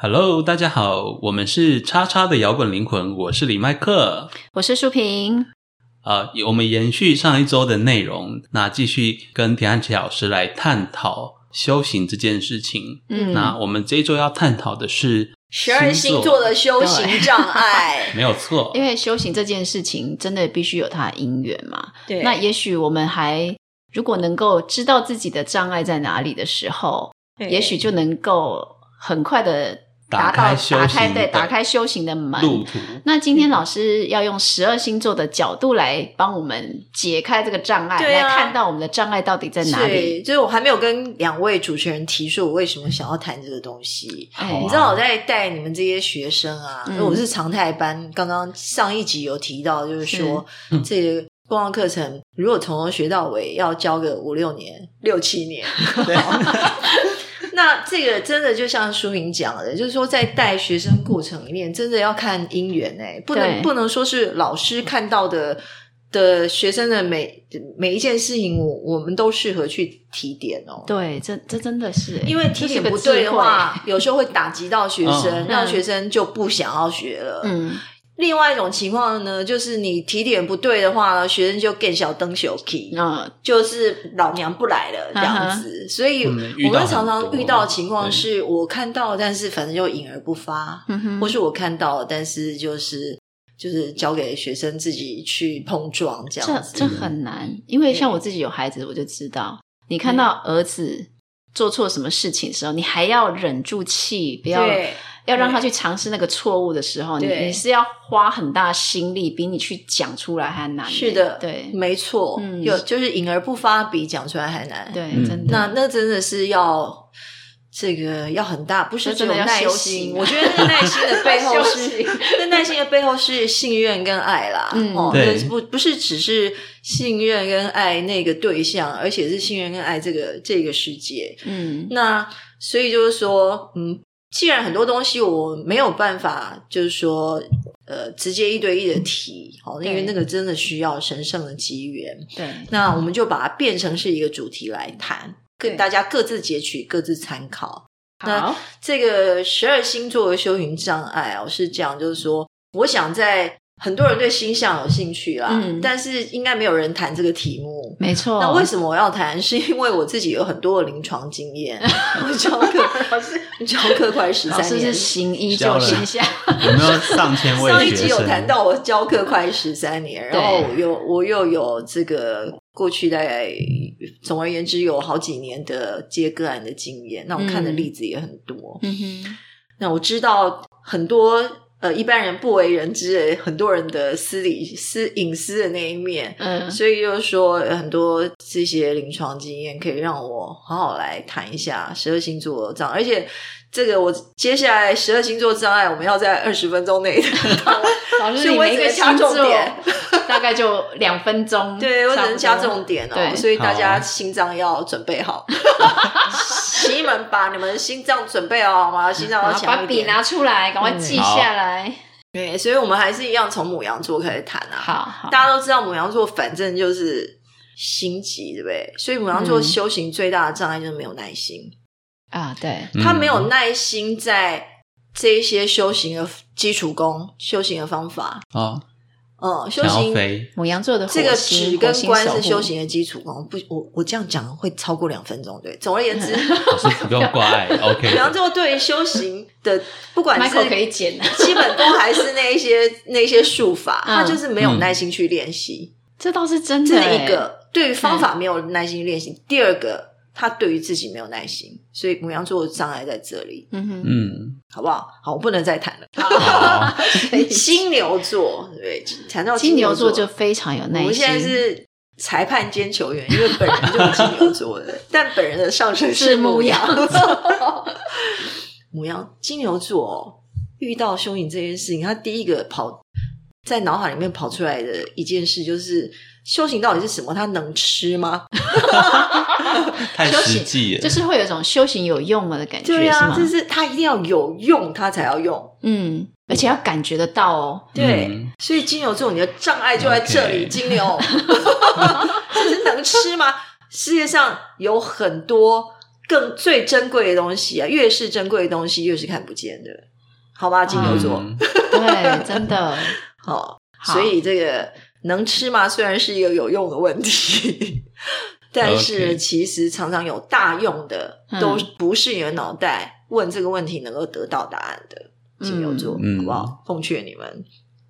Hello，大家好，我们是叉叉的摇滚灵魂，我是李麦克。我是舒平。呃，我们延续上一周的内容，那继续跟田汉奇老师来探讨修行这件事情。嗯那我们这一周要探讨的是十二星座的修行障碍。没有错因，为修行这件事情，真的必须有它的因缘嘛。 对那也许我们还如果能够知道自己的障碍在哪里的时候，也许就能够很快的达打开到修打行开对的打开修行的路门。途那今嗯天老师要用十二星座的角度来帮我们解开这个障碍，对啊来看到我们的障碍到底在哪里。是，就是我还没有跟两位主持人提出我为什么想要谈这个东西。哎好啊你知道我在带你们这些学生啊，嗯因为我是常态班，刚刚上一集有提到，就是说嗯这个公共课程如果从头学到尾，要教个五六年、六七年。对 那这个真的就像舒明讲的，就是说在带学生过程里面，真的要看因缘哎、不对能不能说是老师看到的的学生的每每一件事情我，我们都适合去提点哦。对，这这真的是因为提点不对的，话，有时候会打击到学生，嗯让学生就不想要学了。这是个智慧嗯，另外一种情况呢，就是你提点不对的话呢，学生就更小灯小 key，、那就是老娘不来了这嗯样哼子。所以嗯遇我到们很常常多遇到的情况对是我看到，但是反正就隐而不发，嗯哼或是我看到，但是就是就是交给学生自己去碰撞这这样子。这很难，因为像我自己有孩子，我就知道，你看到儿子做错什么事情的时候，你还要忍住气，不要对要让他去尝试那个错误的时候，你对你是要花很大心力，比你去讲出来还难欸。是的，对没错，嗯有就是隐而不发，比讲出来还难。对，嗯真的。那那真的是要这个要很大，不是只有这耐真的要修心。行啊我觉得那耐心的背后要修是行，那耐心的背后是信任跟爱啦。嗯哦，对就是不不是只是信任跟爱那个对象，而且是信任跟爱这个这个世界。嗯，那所以就是说，嗯，既然很多东西我没有办法，就是说，呃，直接一对一的提，好，因为对那个真的需要神圣的机缘。对，那我们就把它变成是一个主题来谈，对跟大家各自截取、各自参考。那好，这个十二星座的修行障碍哦，是这样，就是说，我想在很多人对星象有兴趣啦，嗯哦但是应该没有人谈这个题目。没错。那为什么我要谈？是因为我自己有很多的临床经验，我 教课，教课快十老三师年是，行医笑就了行下，有没有上千上位一学集有生？谈到我教课快十三年，然后我又我又有这个过去大概，总而言之有好几年的接个案的经验，那我看的嗯例子也很多。 嗯哼，那我知道很多呃一般人不为人知的很多人的私理私隐私的那一面，嗯，所以就是说呃很多这些临床经验可以让我好好来谈一下十二星座障碍，而且。这个我接下来十二星座障碍，我们要在二十分钟内 老所师以你我每一只个能加星重座点 大概就两分钟， 对，我只能加重。重点对哦，所以大好家心脏要准备好，奇门把你们心脏准备好好吗？心脏要然后把强一笔点。拿出来，赶快记嗯下来。对，所以我们还是一样从母羊座开始谈啊。好好，大家都知道母羊座反正就是心急，对不对？所以母羊座嗯修行最大的障碍就是没有耐心，啊，对，嗯他没有耐心在这一些修行的基础功、修行的方法，哦，嗯，修想要行飞，母羊座的火这个星止跟火观是星守护修行的基础哦。不，我我这样讲会超过两分钟。对，总而 言之，老师不用挂 碍，OK 比。方说对于修行的，不管是，Michael 可以剪，基本功还是那一些那一些术法，嗯他就是没有耐心去练习。这倒是真的。这是一，个对于嗯方法没有耐心练习。第二个，他对于自己没有耐心，所以母羊座的障碍在这里，嗯哼，嗯，好不好？好，我不能再谈了。 好，金牛座，对，谈到金牛座座就非常有耐我心。们现在是裁判兼球员，因为 本人就是金牛座的，但本人的上身是 是牧羊羊座。母羊金牛座、哦、遇到修行这件事情，他第一个跑在脑海里面跑出来的一件事就是。修行到底是什么？他能 吃吗？太实际了，就是会有一种修行有用了的感觉，对是啊，吗？就是他一定要有用，他才要用。嗯，而且要感觉得到 哦。对，嗯所以金牛座你的障碍就在这里。 OK 金 牛，这是能吃吗？世界上有很多更最珍贵的东西啊，越是珍贵的东西越是看不见的，好吧，金牛座。嗯对，真的。 好，好所以这个能吃吗？虽然是一个有用的 问题，但是 OK 其实常常有大用的，嗯都不是你的脑袋问这个问题能够得到答案的。金牛座，嗯好不好？奉劝你们。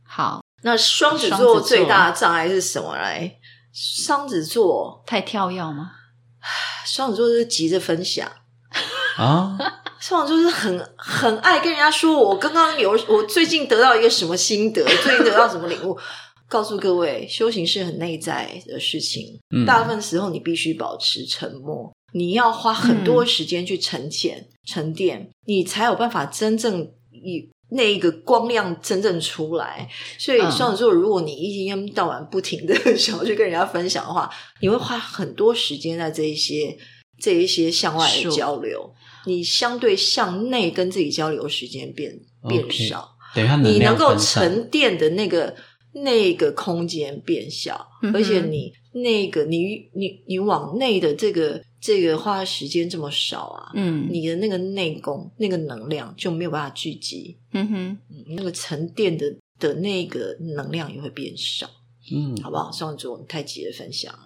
好，那双子双座子座最大的障碍是什么来？双子座，太跳跃吗？双子座就是急着分享，啊，双子座就是很很爱跟人家说，我刚刚有我最近得到一个什么心得，最近得到什么领悟。告诉各位，修行是很内在的事情，嗯大部分时候你必须保持沉默，你要花很多时间去沉潜、嗯沉淀，你才有办法真正以那一个光亮真正出来。所以嗯双子座，如果你一天到晚不停的想要去跟人家分享的话，你会花很多时间在这一些这一些向外的是交流，嗯你相对向内跟自己交流时间变变 OK 少。等一下你能量够分散，沉淀的那个那个空间变小，嗯哼而且你那个你你你往内的这个这个花的时间这么少啊，嗯，你的那个内功那个能量就没有办法聚集，嗯哼，嗯那个沉淀的的那个能量也会变少，嗯，好不好？上周你太急着分享了，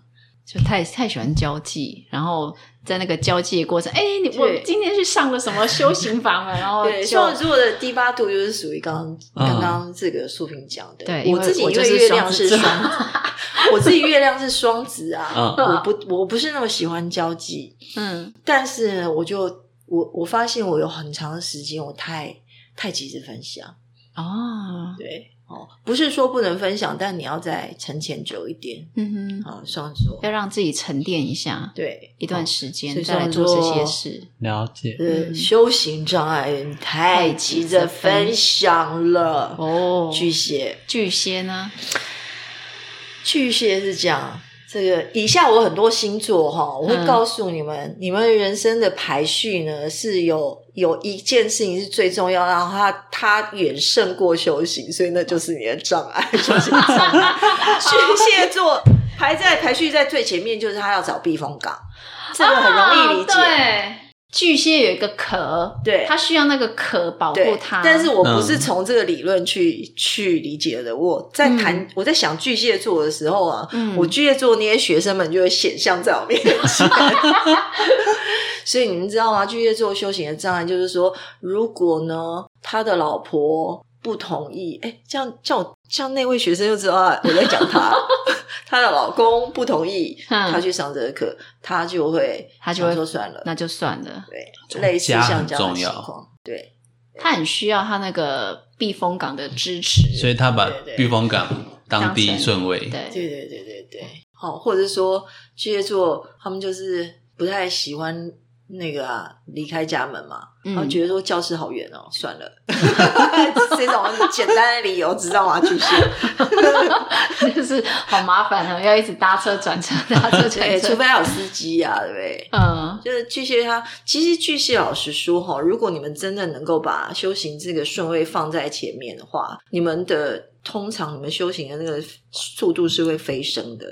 就太太喜欢交际，然后在那个交际的过程，哎，你我对今天去上了什么修行法门，然后对，就双子座的第八度就是属于刚刚嗯刚刚这个素萍讲的，对因我为自己我因就为是月亮双是子双座 子，我自己月亮是双子啊，嗯我不我不是那么喜欢交际，嗯但是呢，我就我我发现我有很长的时间，我太太急着分享，哦，对哦，不是说不能分享，但你要再沉潜久一点嗯哼，啊，双子座要让自己沉淀一下对一段时间哦所，以再来双子做这座些事。了解，呃、嗯修行障碍人太急着分享了。哦，巨蟹，巨蟹呢？巨蟹是这样。这个以下我很多星座哈，我会嗯告诉你们，你们人生的排序呢是有有一件事情是最重要，然后它它远胜过修行，所以那就是你的障 碍，修行障碍。巨蟹座排在排序在最前面，就是他要找避风港， 这个很容易理解。啊 对，巨蟹有一个壳，对它需要那个壳保护对它。，但是我不是嗯从这个理论去、去理解的。我在谈、嗯我在想巨蟹座的时候啊，嗯我巨蟹座那些学生们就会显像在我面前。 所以你们知道吗？巨蟹座修行的障碍就是说，如果呢他的老婆不同意，哎，这样这样这样那位学生就知道啊我在讲他， 她的老公不同意，嗯她去上这个课，她就会她就会想说算了，那就算了，对，类似像这家很样的重情要况，对。它很需要它那个避风港的支持。所以他把对对避风港当第一当成顺位，对，对对对对对，哎哦好，或者说巨蟹座他们就是不太喜欢那个啊离开家门嘛，然后嗯，觉得说 教室好远哦，算了， 这种简单的理由知道吗？巨蟹，就是好麻烦哦，要一直搭车转车，搭车对，转哎除车。非还有司机呀、对不对？嗯就是巨蟹它，其实巨蟹老实说哈，如果你们真的能够把修行这个顺位放在前面的话，你们的通常你们修行的那个速度是会飞升的。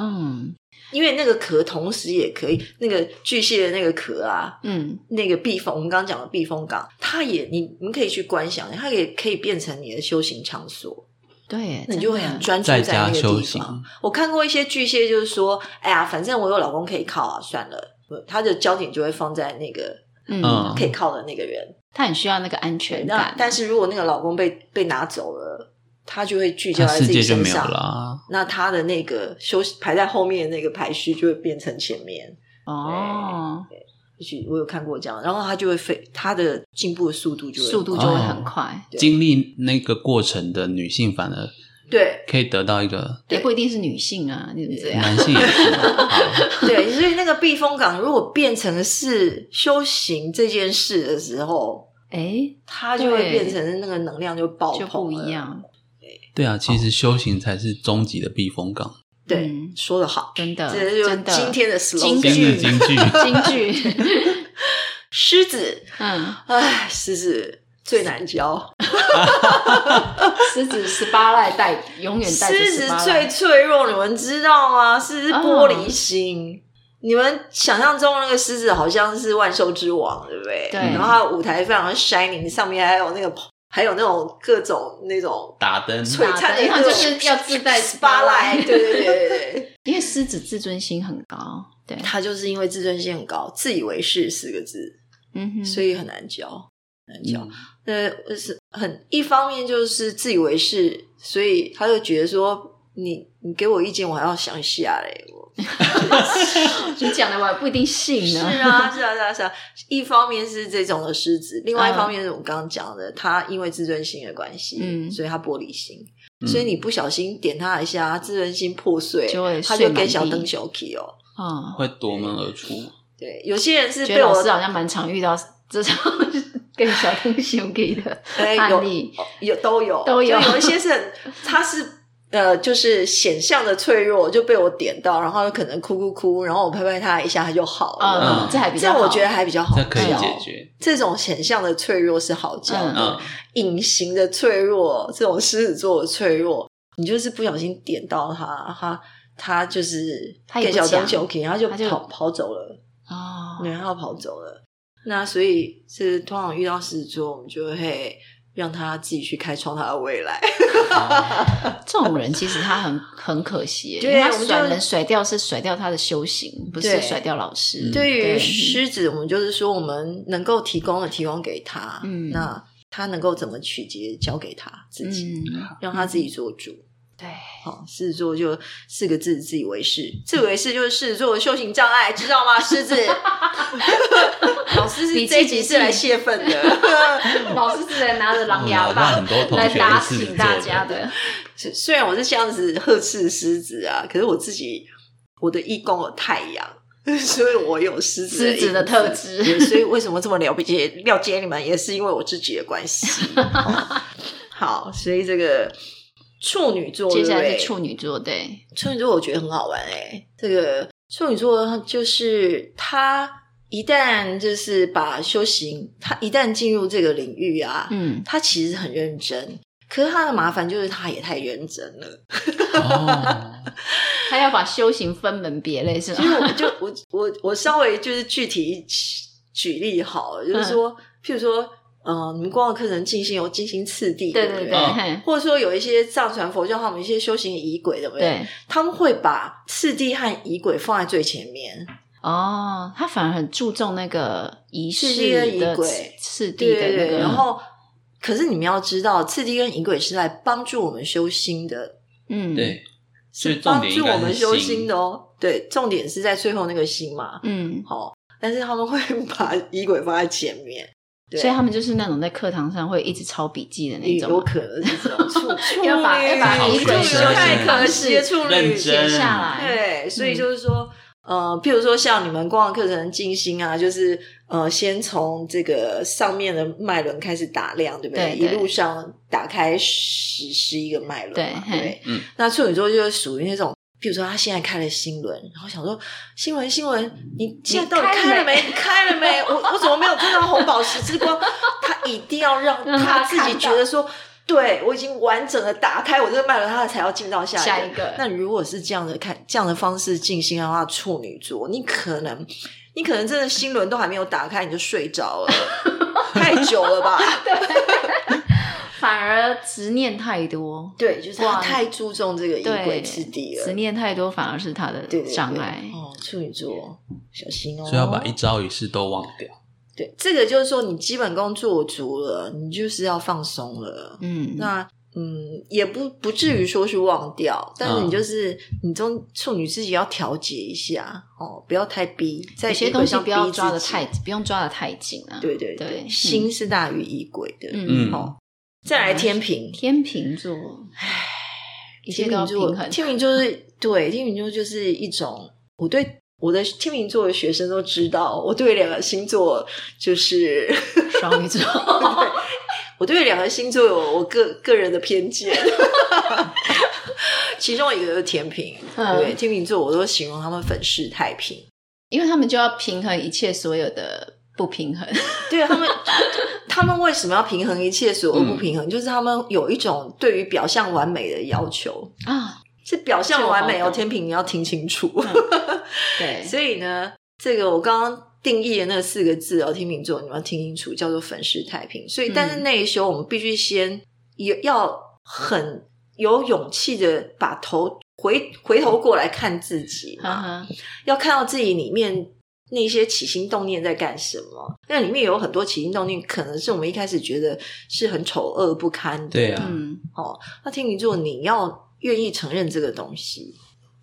嗯因为那个壳同时也可以，那个巨蟹的那个壳啊，嗯，那个避风，我们刚刚讲的避风港，它也你你可以去观想，它也可以变成你的修行场所，对，那你就会真的很专注在那家个修地行，方。我看过一些巨蟹，就是说，哎呀，反正我有老公可以靠啊，算了，他的焦点就会放在那个嗯，嗯可以靠的那个人。它很需要那个安全那感。但是如果那个老公被被拿走了，他就会聚焦他在世自己界就身没有上。了啊。那他的那个修排在后面的那个排序就会变成前面，哦，也许我有看过这样，然后他就会飞，他的进步的速度就会速度就会很哦快，对经历那个过程的女性反而对可以得到一个也对不一定是女性啊，你怎么这样？男性也是好对， 所以那个避风港如果变成是修行这件事的时候，嗯哎，它就会对变成那个能量就爆就棚不了一。样，对啊，其实修行才是终极的避风港。对，嗯说的好，真的，这就真的。今天的 slogan。京剧今天的京剧，京剧，狮子，嗯，唉，狮子最难教，狮子十八赖带，永远带着狮子18赖最脆弱，你们知道吗？嗯狮子是玻璃心。你们想象中那个狮子好像是万兽之王，对不对？对然后它舞台非常 shining，上面还有那个，还有那种各种那种打灯，嗯璀璨的因为那嗯啊它种，就是要自带 spotlight。对对对对对，因为狮子自尊心很高，对，他就是因为自尊心很高，自以为是四个字，嗯哼，所以以很难教，很难教。嗯呃，是很一方面就是自以为是，所以他就觉得说你你给我意见，我还要想一下嘞。我你讲的我也不一定信是呢，啊，是啊，是啊，是啊。一方面是这种的狮子，另外一嗯方面是我刚刚讲的，他因为自尊心的关系，嗯所以他玻璃心，嗯所以你不小心点他一下，他自尊心破碎，就会他碎就满给小地灯小 K 哦。啊，会夺门而出。对，有些人是觉被得我老师好像蛮常遇到这种 跟小东西有给的哎有案例，有都有都有就有一些 是很，他是呃，就是显象的脆弱，就被我点到，然后可能哭哭哭，然后我拍拍他一下，他就好 了。嗯，这还比这较样好，我觉得还比较好这教，可以解决。这种显象的脆弱是好教的，嗯，隐形的脆弱，这种狮子座的脆弱，你就是不小心点到他，他他就是他也给不小讲灯球给，然后就他就跑跑走了。哦，对，他要跑走了。那所以是通常遇到狮子座，我们就会让他自己去开创他的未来。这种人其实他很 很可惜，对因为他我们就甩人甩掉是甩掉他的修行，不对是甩掉老师。嗯对于对狮子，我们就是说，我们能够提供的提供给他，嗯那他能够怎么取决，交给他自己，嗯，让他自己做主。对，好、狮子座就四个字：自以为是。自以为是就是狮子座的修行障碍，知道吗？狮子老师是你这一自己集是来记泄愤的。 老嗯师是来拿着狼牙我们棒嗯很多同来学打是狮醒子大座家的。虽虽然我是这样子呵斥狮子啊，可是我自己我的义工有太阳，所以我有狮子 狮子的影子特质 对所以为什么这么了不解了解你们，也是因为我自己的关 系。哦好，所以这个处女座，接下来对不是对处女座，对，处女座我觉得很好玩哎、这个处女座就是他一旦就是把修行，他一旦进入这个领域啊，嗯，他其实很认真，可是他的麻烦就是他也太认真了。 哦，他要把修行分门别类是因为吗？我就我我我稍微就是具体举举例好了，就是说，譬如说，嗯、你们光的课程进行有进行次 第，对不对嗯对，哦嘿或者说有一些藏传佛教他们一些修行的仪轨，对不对？对，他们会把次第和仪轨放在最前面，哦，他反而很注重那个仪次第跟式仪的轨次次第对的对那对，个，然后。可是你们要知道，次第跟仪轨是来帮助我们修心的，嗯，，对，所是以重帮点助应该我是们修心心的哦。对，重点是在最后那个心嘛。嗯，但是他们会把仪轨放在前面，对所以他们就是那种在课堂上会一直抄笔记的那也有种，可能是这种处处要把要把好女，仪处轨女修座行太的可方惜了，式处认女真写下来，对，所以嗯就是说，呃，譬如说像你们光的课程静心啊，就是呃，先从这个上面的脉轮开始打量，对不对对一路上打开十十一个脉轮嘛，对对，嗯那处女座就是属于那种。譬如说，他现在开了新轮，然后想说新轮新轮，你现在到底开开了了没？你开了没？我 我怎么没有看到红宝石之光？他一定要让让他他自己看到觉得说，对我已经完整的打开我这个脉轮，他才要进到下下一一个。个，那如果是这样的看这样的方式进行的话，处女座，你可能你可能真的心轮都还没有打开你就睡着了，太久了吧？ 反而执念太多，对，就是他哇太注重这个仪轨对，之地了，执念太多反而是他的对对对障碍。哦，处女座小心哦，所以要把一招一式都忘掉。对这个就是说你基本功做足了，你就是要放松了，嗯，那嗯，也不不至于说是忘掉，但是嗯你就是、你中处女自己要调节一下哦，不要太逼，在有些仪东轨西上不要逼自抓的己太，不用抓的太紧啊。对对对嗯心是大于仪轨的。嗯，好，再来天平，天秤座，一切天都要秤座平衡，天秤座是对天秤座就是一种，我对我的天秤座的学生都知道，我对两个星座就是双鱼座， 对，我对两个星座有我个个人的偏见， 其中一个就是天平，嗯对天秤座，我都形容他们粉饰太平，因为他们就要平衡一切所有的不平 衡。对他们，他们为什么要平衡一切嗯所有不平衡？就是他们有一种对于表象完美的要求，啊，是表象完美这我哦，好懂嗯天平你要听清楚。对， 所以呢，这个我刚刚定义的那四个字哦，天秤座你们要听清楚，叫做粉饰太平。所以，嗯但是那一修，我们必须先也要很有勇气的把头回回头过来看自己嘛，哈哈，要看到自己里面那些起心动念在干什么。那里面有很多起心动念，可能是我们一开始觉得是很丑恶不堪的。对啊，嗯，那天秤座你要愿意承认这个东西，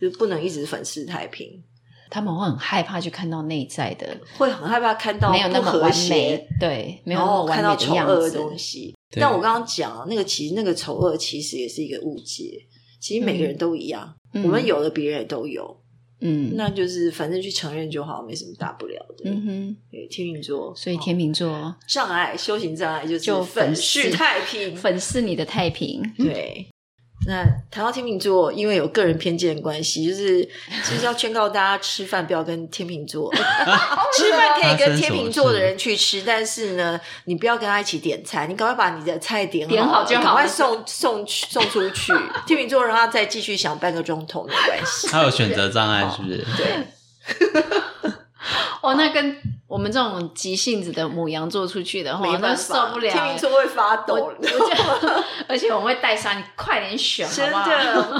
就不能一直粉饰太平，他们会很害怕去看到内在的会很害怕看到没有那不么和完谐美，，对，没有那然么后完看到美的丑样恶的子。东西。对但我刚刚讲啊，那个其实那个丑恶其实也是一个误解。其实每个人都一样，嗯我们，有的别人也都有，嗯，那就是反正去承认就好，没什么大不了的。嗯哼，对，天秤座，所以哦天秤座障碍，修行障碍就是就粉粉饰饰太平。粉饰你的太平，对，那谈到天秤座，因为有个人偏见的关 系，就是就是要劝告大家吃饭不要跟天秤座，吃饭可以跟天秤座的人去吃，但是呢，你不要跟他一起点餐，你赶快把你的菜点好，点好就好赶快送送去送出去。天秤座让他再继续想半个钟头没关系。他有选择障碍是不是？对，哦，那跟我们这种急性子的母羊座出去的话，没那办受法，不了天秤欸。座会发我抖我。 就，而且我们会带上，你快点选，好真不好？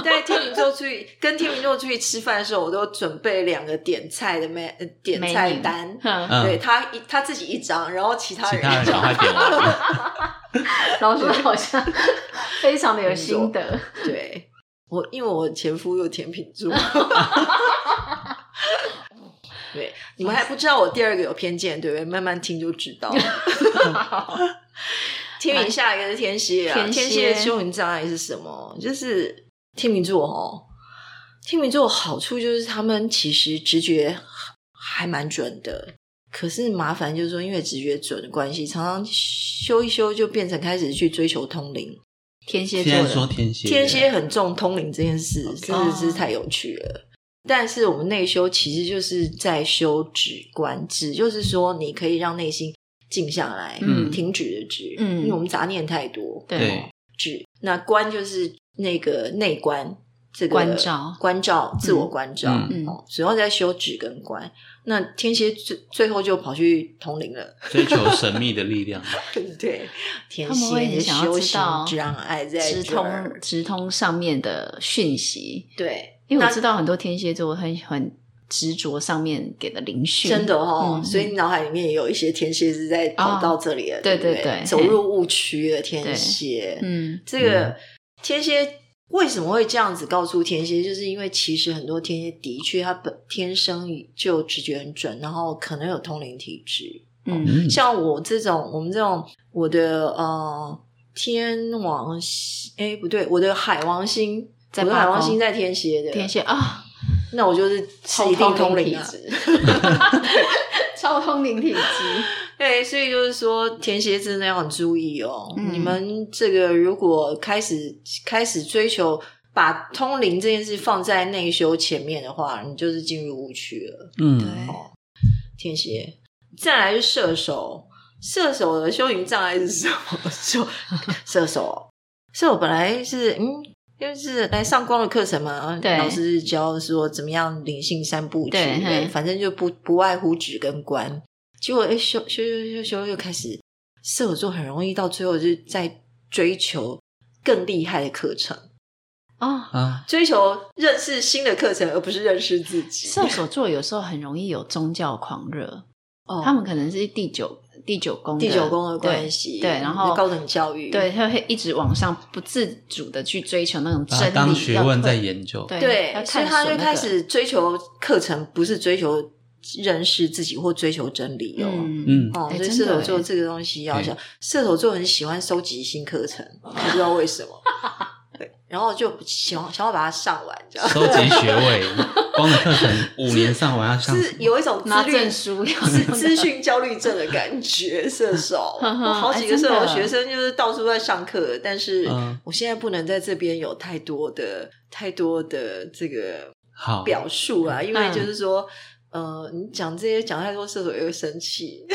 的，带天秤座出去跟天秤座出去吃饭的时候，我都准备两个点菜的 m 点菜 Menu 单，哼嗯对他一他自己一张，然后其他其人他人赶一张。快 点完。老师好像非常的有心得，对，我因为我前夫有甜品 座。对，你们还不知道我第二个有偏见，对不对？慢慢听就知道了。嗯 天秤下一个是天蝎啊，天蝎天蝎的修行障碍是什么？就是天秤座哦。天秤座好处就是他们其实直觉还蛮准的，可是麻烦就是说，因为直觉准的关系，常常修一修就变成开始去追求通灵。天蝎现座在说的，天蝎，天蝎很重通灵这件事，真的是太有趣了。但是我们内修其实就是在修止观止，就是说你可以让内心静下来，嗯停止的止，嗯因为我们杂念太多，对对，止那观就是那个内观，这个关照关照自我关照，嗯哦，主要在修止跟观。那天蝎最最后就跑去通灵了， 追求神秘的力 量，对，天他们会蝎很的想要修知行道障碍在直这通儿，直通上面的讯息，对，因为我那知道很多天蝎座很很执着上面给的灵讯，真的哦，嗯哦所以你脑海里面也有一些天蝎是在跑到这里了，对对对不对走入误区的天蝎，嗯，这个天蝎为什么会这样子告诉天蝎？就是因为其实很多天蝎的确他本天生就直觉很准，然后可能有通灵体质，嗯嗯，像我这种，我们这种，我的呃天王星，哎不对，我的海王星。在我的八海宫王星在天蝎的，天蝎 啊，那我就是是一定通灵啊超通。超通灵体质，对，所以就是说，天蝎真的要很注意哦。嗯你们这个如果开始开始追求把通灵这件事放在内修前面的话，你就是进入误区了。嗯，天蝎，再来是射手，射手的修行障碍是什么？ 就射手，射手本来是嗯。就是来上光的课程嘛，对老师是教说怎么样灵性三部曲，对嘿反正就不不外乎止跟观。结果哎，修修修修修又开始，射手座很容易到最后就是在追求更厉害的课程， 哦。啊，追求认识新的课程，而不是认识自己。射手座有时候很容易有宗教狂热，哦他们可能是第九第九宫的第九宫的对关系，嗯对，然后高等教育，对，他会一直往上不自主的去追求那种把真它理，当学问要在研究，对对，要所以探索他就那个开始追求课程，不是追求认识自己或追求真理哦。嗯嗯，哦，哎所以真射的手座哎这个 东西要想，射手座很喜欢收集新课程，不知道为什么。对然后就想想要把它上完，这样收集学位， 光的课程五年上完要上是有一种自拿律证书要资资讯焦虑症的感觉，射手。 呵呵我好几哎个射真的手学生就是到处在上课，但是嗯我现在不能在这边有太多的太多的这个好表述啊，因为嗯就是说，呃，你讲这些讲太多，射手也会生气。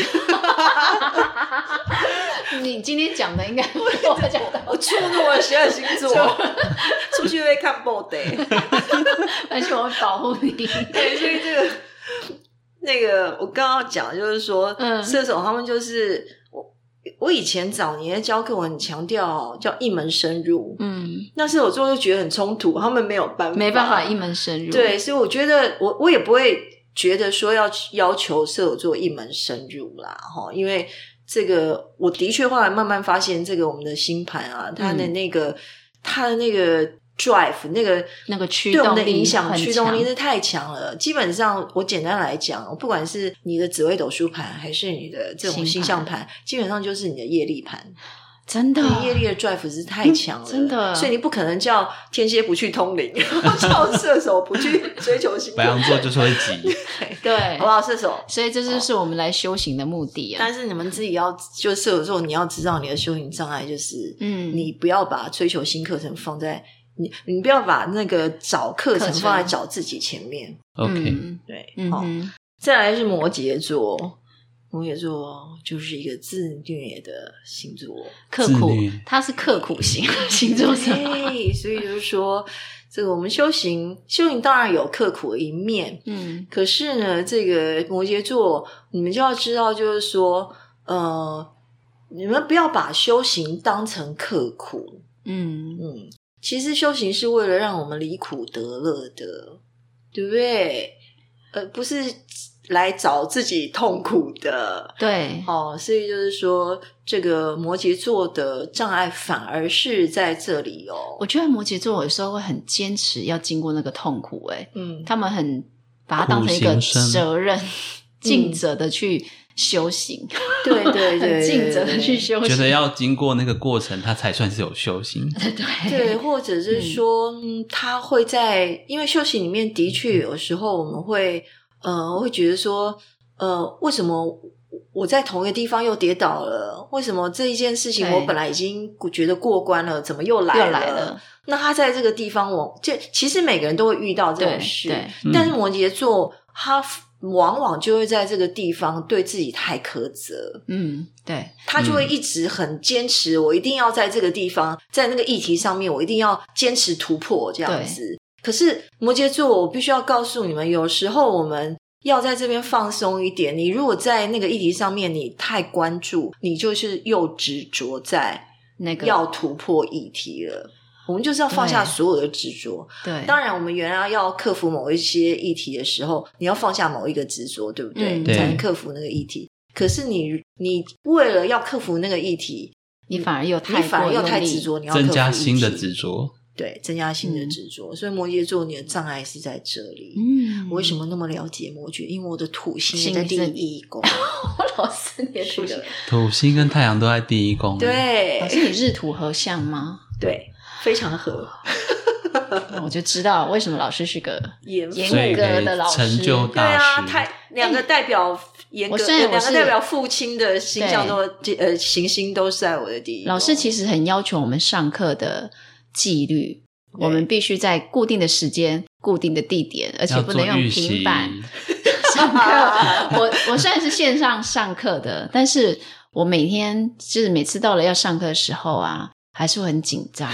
你今天讲的应该不是我讲的，我触怒了十二星 座触，出去被看爆 的。而且我会保护你。对，所以这个 那个我刚刚讲的就是说，嗯射手他们就是我我以前早年在教课，我很强调哦叫一门深入，嗯，那射手座就觉得很冲突，他们没有办法，没办法一门深入。对，所以我觉得我我也不会觉得说要要求射手座一门深入啦，哈，因为这个我的确后来慢慢发现，这个我们的星盘啊，它的嗯那个、它的那个 drive 那个那个驱对我们动的力影响很驱动力强是太强了。基本上，我简单来讲，不管是你的紫微斗数盘，还是你的这种星星盘象盘，基本上就是你的业力盘。真的你业力的 drive 是太强了，哦嗯真的所以你不可能叫天蝎不去通灵， 然后叫射手不去追求星白座，羊座就是会 急，对好不，好？射手。所以这就是我们来修行的目的啊。但是你们自己要，就射手座，你要知道你的修行障碍就是，嗯你不要把追求新课程放在你，你不要把那个找课程课程放在找自己前面。 OK，嗯对，嗯好，哼再来是摩羯座，摩羯座就是一个自虐的星座，刻自苦虐，他是刻苦型 星座是吧对，所以就是说，这个我们修行，修行当然有刻苦的一面，嗯可是呢，这个摩羯座，你们就要知道，就是说，呃，你们不要把修行当成刻苦，嗯，嗯，其实修行是为了让我们离苦得乐的，对不对？呃，不是来找自己痛苦的，对，哦，所以就是说，这个摩羯座的障碍反而是在这里哦。我觉得摩羯座有时候会很坚持要经过那个痛苦，哎，嗯，他们很把它当成一个苦行僧责任， 尽责的去修行， 对很对对，尽责的去对修行，觉得要经过那个过程，他才算是有修行。嗯 对，对或者是说，嗯，他会在，因为休息里面的确有时候我们会，呃，会觉得说，呃，为什么我在同一个地方又跌倒了？为什么这一件事情对我本来已经觉得过关了，怎么又来又来了，那他在这个地方我，就其实每个人都会遇到这对种事，对，嗯但是摩羯座他往往就会在这个地方对自己太苛责，嗯对，他就会一直很坚持，我一定要在这个地方，在那个议题上面，我一定要坚持突破这样子。可是摩羯座，我必须要告诉你们，有时候我们。要在这边放松一点。你如果在那个议题上面你太关注，你就是又执着在那个要突破议题了。我们就是要放下对所有的执着，对，当然，我们原来要克服某一些议题的时候，你要放下某一个执着，对不对？嗯你才能对克服那个议题。可是你，你为了要克服那个议题，你反而又太你反而过又用太力执，着，你要克服增加新的议题执，着，对，增加新的嗯执着。所以摩羯座，你的障碍是在这里。嗯，我为什 么那么了解摩羯？因为我的土星星也在第是一宫，我老是你的是土的星，，土星跟太阳都在第一宫。，对老师你日土合相吗？对，非常哦合，我就知道为什么老师是个严严所以格给的老师成就对大啊，师。太两个代表严格，哎我虽然呃两我个是代表父亲的形象对都呃行星都是在我的第一。哦老师其实实很要求我们上课的纪律，我们必须在固定的时间、固定的地点，而且要不做能用预习平，板上课。 我我虽然是线上上课的，但是我每天就是每次到了要上课的时候啊，还是会很紧张，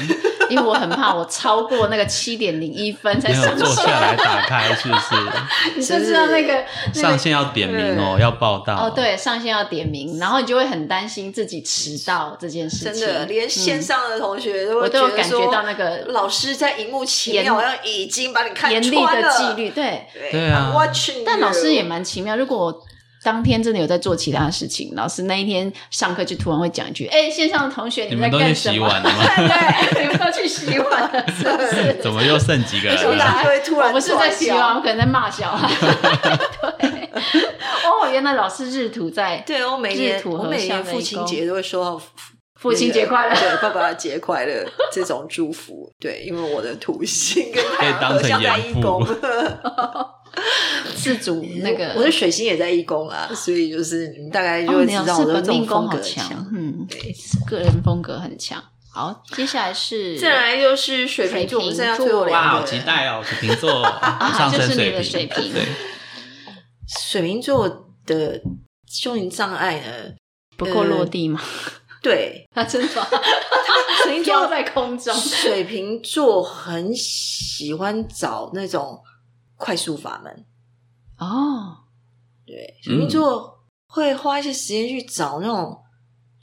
因为我很怕我超过那个七点零一分才没有上坐线。下来打开，是不 是？你就知道那个那上个线要点名哦，要报道哦，。对，上线要点名，然后你就会很担心自己迟到这件事真情。的连线上的同学都嗯我会都觉有得感说觉到那个老师在荧幕前严面好像已经把你看嗯严厉穿的了纪，律，对。对对啊 I'm watching you 但老师也蛮奇妙，如果我当天真的有在做其他事情，老师那一天上课就突然会讲一句：“哎、线上的同学，你们们在都去干什洗么？碗了吗？ 对，你们都去洗碗了，是不是？” 怎么又啊剩几个为什么人大了？家就会突然我不是在洗抓碗，狂我可能在骂小孩。对，哦，原来老师日图在对我每年日土我合每相年的父一亲宫 节都会收到父父亲节快乐那个对，爸爸节快乐 这种祝福，对，因为我的土星跟可太以阳当合成相在养一父宫， 自主那个，我的水星也在一宫啊，所以就是你们大概就哦，会你知老道师我的本这种命风宫好格很强强，，嗯，对。个人风格很强。好，接下来是再来又是水瓶座，我们现在要最后水瓶座哇，两 好个期人。待哦！水瓶 座上就升是你水的瓶，水瓶对，水瓶座的胸灵障碍呢？不够落地呃吗？对， 他真 的他 水瓶飘座在空 中，水瓶座很喜欢找那种快速法门，哦，对，水瓶座会花一些时间去找那种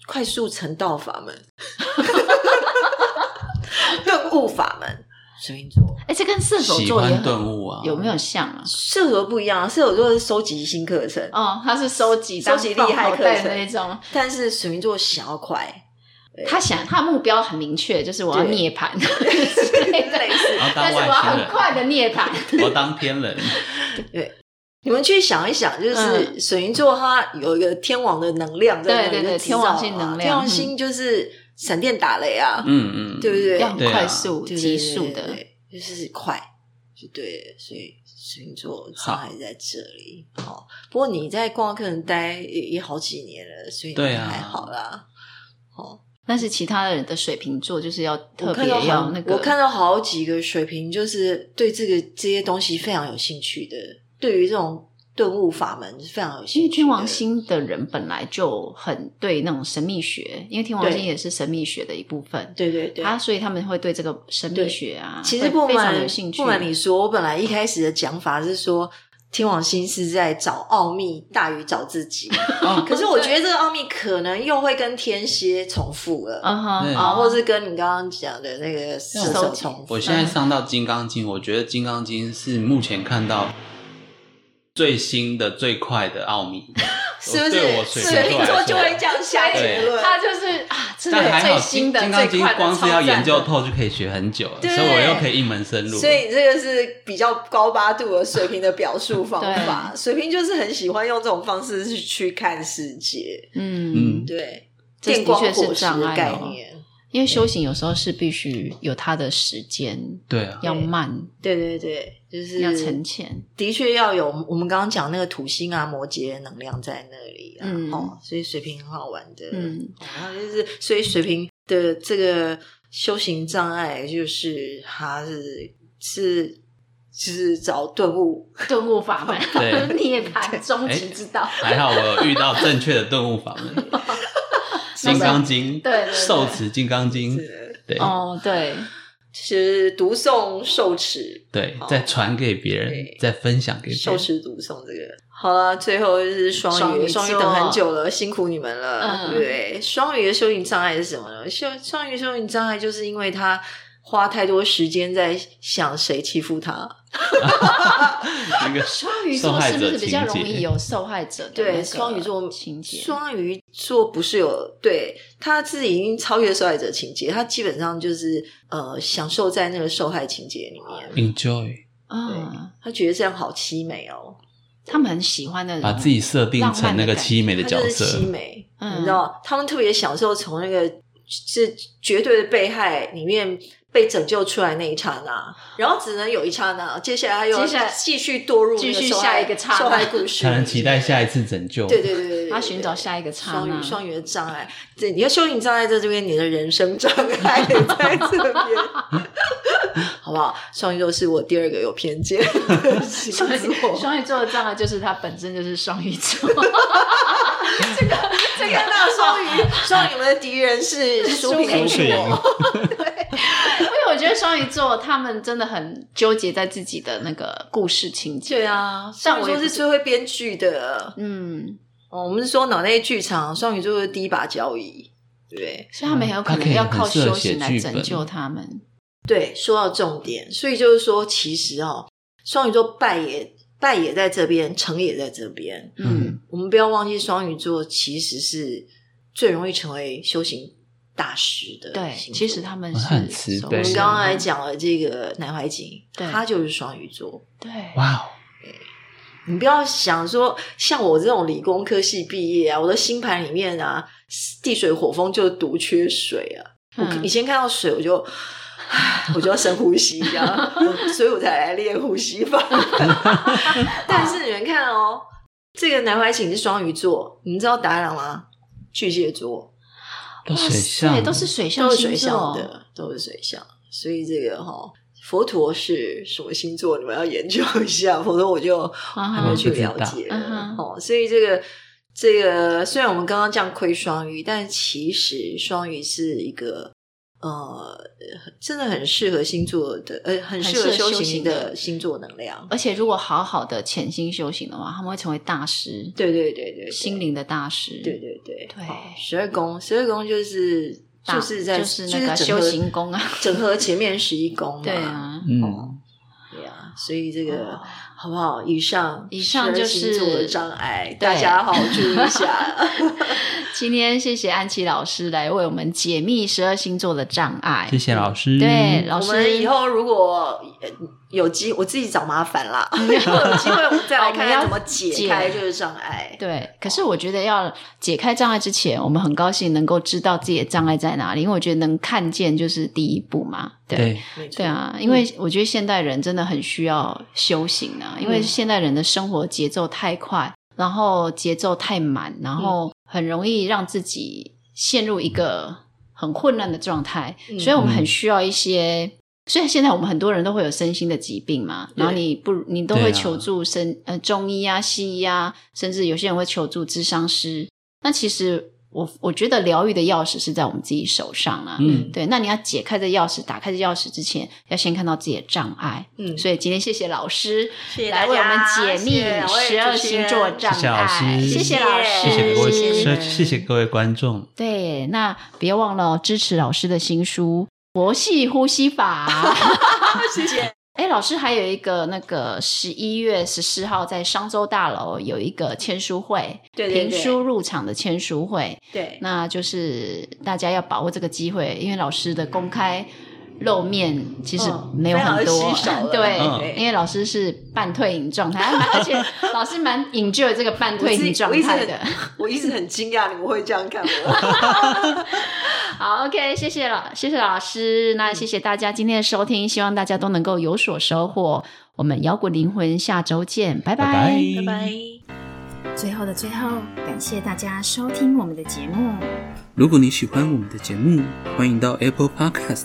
快速成道 法门、 顿悟法门。水瓶座，哎，这跟射手喜座也欢很顿悟啊，有没有像啊？射手座不一样，射手座是收集新课程，哦，他是收集收集厉害当课程口袋的那种，但是水瓶座想要 快，他想他的目标很明确，就是我要对涅 槃之类的，类似然后但当是我外要星很人，快的涅槃。我要当天人，你们去想一想，嗯就是水瓶座它有一个天王的能量在那里，对对对就知天道啊王星能量嗯天王星就是闪电打雷啊，嗯嗯，对不对？要很对啊快速、对急速，对的，对对就是快，就对了。所以水瓶座伤害在这里。好，不过你在光客人待也也好几年了，所以对啊还好啦。哦，但是其他人的水瓶座就是要特我别看到要好，那个，我看到好几个水瓶，就是对这个这些东西非常有兴趣的，对于这种顿悟法门是非常有兴因为趣的。天王星的人本来就很对那种神秘学，因为天王对星也是神秘学的一部分，对对对，他所以他们会对这个神秘学啊，其实会不非常瞒有兴趣。不瞒你说，我本来一开始的讲法是说，天王星是在找奥秘大于找自 己，哦可是我觉得这个奥秘可能又会跟天蝎重复了。嗯哼，对啊，哦或是跟你刚刚讲的那个射手重复我，现在上到《金刚经》，我觉得《金刚经》是目前看到最新的、最快的奥秘，是不对是我？水水瓶座瓶座来就说会这样下结论。他就是啊，真但的还好，最《新金的、金刚最经快》的、光是超要赞研究的透就可以学很久了，对所以我又可以一门深入。所以这个是比较高八度的水平的表述方法。对水平就是很喜欢用这种方式去去看世界，嗯，对，这电光的确是火石障碍的概哦念。因为修行有时候是必须有它的时间，对啊，要慢，对对对，就是要沉潜。的确要有我们刚刚讲那个土星啊、摩羯的能量在那里啊，嗯哦，所以水瓶很好玩的，嗯哦，然后就是所以水瓶的这个修行障碍就是它是是。就是找顿悟，顿悟法门 对，涅槃终极之道。还好我有遇到正确的顿悟法门，《金刚经》对对对受持《金刚经》，对哦，对，是读诵受持，对好，再传给别人对，再分享给别受人。持读诵这个。好了，最后就是双鱼，双双鱼鱼座等很久了，辛苦你们了。嗯对，双鱼的修行障碍是什么呢？修双鱼修行障碍就是因为他花太多时间在想谁欺负他，那 个双鱼座是不是比较容易有受害者的那对，个双鱼座情节？双鱼座不是有对他自己已经超越受害者情节，他基本上就是呃享受在那个受害情节里嗯面， enjoy，啊，他觉得这样好凄美哦。他们很喜欢的把自己设定成那个凄美的他角就是色凄，美，嗯你知道，他们特别享受从那个是绝对的被害里面被拯救出来那一刹那，然后只能有一刹那，接下来他又要接下来继续堕入那继续受害下一个刹那受害故事，才能期待下一次拯救。对。对对对对对，他寻找下一个刹双那鱼，双鱼的障碍，对，你的修行障碍在这边，你的人生障碍在这边， 好不好？双鱼座是我第二个有偏见的 星座， 双鱼座的障碍就是他本身就是双鱼座， 这个那双鱼，双鱼们的敌 人是苏苏萍萍苏萍因为我觉得双鱼座他们真的很纠结在自己的那个故事情节。对，啊，但我双鱼也不座是最会编剧的。嗯，哦，我们是说脑内剧场，双鱼座是第一把交椅。对所以他们很有可他可能以要很靠适合修写行来剧拯本救他们。对，说到重点，所以就是说，其实哦，双鱼座败也败也在这边，成也在这边。嗯，我们不要忘记，双鱼座其实是最容易成为修行大师的对，星座。其实他们哦他是很慈手悲我无们缚刚刚的才讲了这个南怀瑾，对他就是双鱼座。对，哇哦，你不要想说像我这种理工科系毕业啊，我的星盘里面啊，地水火风就独缺水啊。我以前看到水，我就。唉我就要深呼吸，这样，我所以我才来练呼吸法。 但是你们看哦，这个南怀瑾是双鱼座，你们知道达朗吗？巨蟹座都水对，象，都是水象都星座是水象的，都是水象，所以这个哈、佛陀是什么星座？你们要研究一下。佛陀我啊就还没有去了解嗯不知道嗯哼哦，所以这个这个虽然我们刚刚这样亏双鱼，但其实双鱼是一个呃，真的很适合星座的，呃，很适很适合合修修行行的的星座能量。而且如果好好的潜心修行的话，他们会成为大师，对对对对，对心，灵的大师，对对对对好十二宫，十二宫就是大就是在就是那个整合修行宫啊整合前面十一宫嘛，对啊。嗯，对啊，所以这个哦好不好？以上以上就是12星座的障碍，对大家好好注意一下。今天谢谢安琪老师来为我们解密十二星座的障碍，谢谢老师，对 老我师们以后如果呃有机，我自己找麻烦啦。以后有机会，我们再来看看好嗯哦怎我们么要解开解这个障碍。对，可是我觉得要解开障碍之前，我们很高兴能够知道自己的障碍在哪里，因为我觉得能看见就是第一步嘛。对对，没错嗯对，啊，因为我觉得现代人真的很需要修行啊，因嗯为现代人的生活节奏太快，然后节奏太满，嗯然后很容易让自己陷入一个很混乱的状态，嗯所以我们很需要一些。虽然现在我们很多人都会有身心的疾病嘛，对然后你不你都对啊会求助身、呃中医啊、西医啊，甚至有些人会求助智商师。那其实我我觉得疗愈的钥匙是在我们自己手上啊。嗯，对，那你要解开这钥匙，打开这钥匙之前，要先看到自己的障碍。嗯，所以今天谢谢老师谢谢大来家为我们解密十二星座障谢谢老碍，师谢老师，谢谢各位，谢谢谢谢各位观众，对，那别忘了支持老师的新书《佛系呼吸法》。 谢谢。哎，老师还有一个那个十一月十四号在商州大楼有一个签书会，对对对评书入场的签书会，对，那就是大家要把握这个机会，因为老师的公开露面其实嗯没有很非多常稀，少了对，嗯因为老师是半退隐状态，还蛮而且老师蛮 enjoy 这个半 退我隐一直状我一直态的很。我一直很惊讶你们会这样看我。好，OK，谢谢老，谢谢老师，那谢谢大家今天的收听，希望大家都能够有所收获。我们摇滚灵魂下周见，拜拜拜。最后的最后，感谢大家收听我们的节目。如果你喜欢我们的节目，欢迎到 Apple Podcast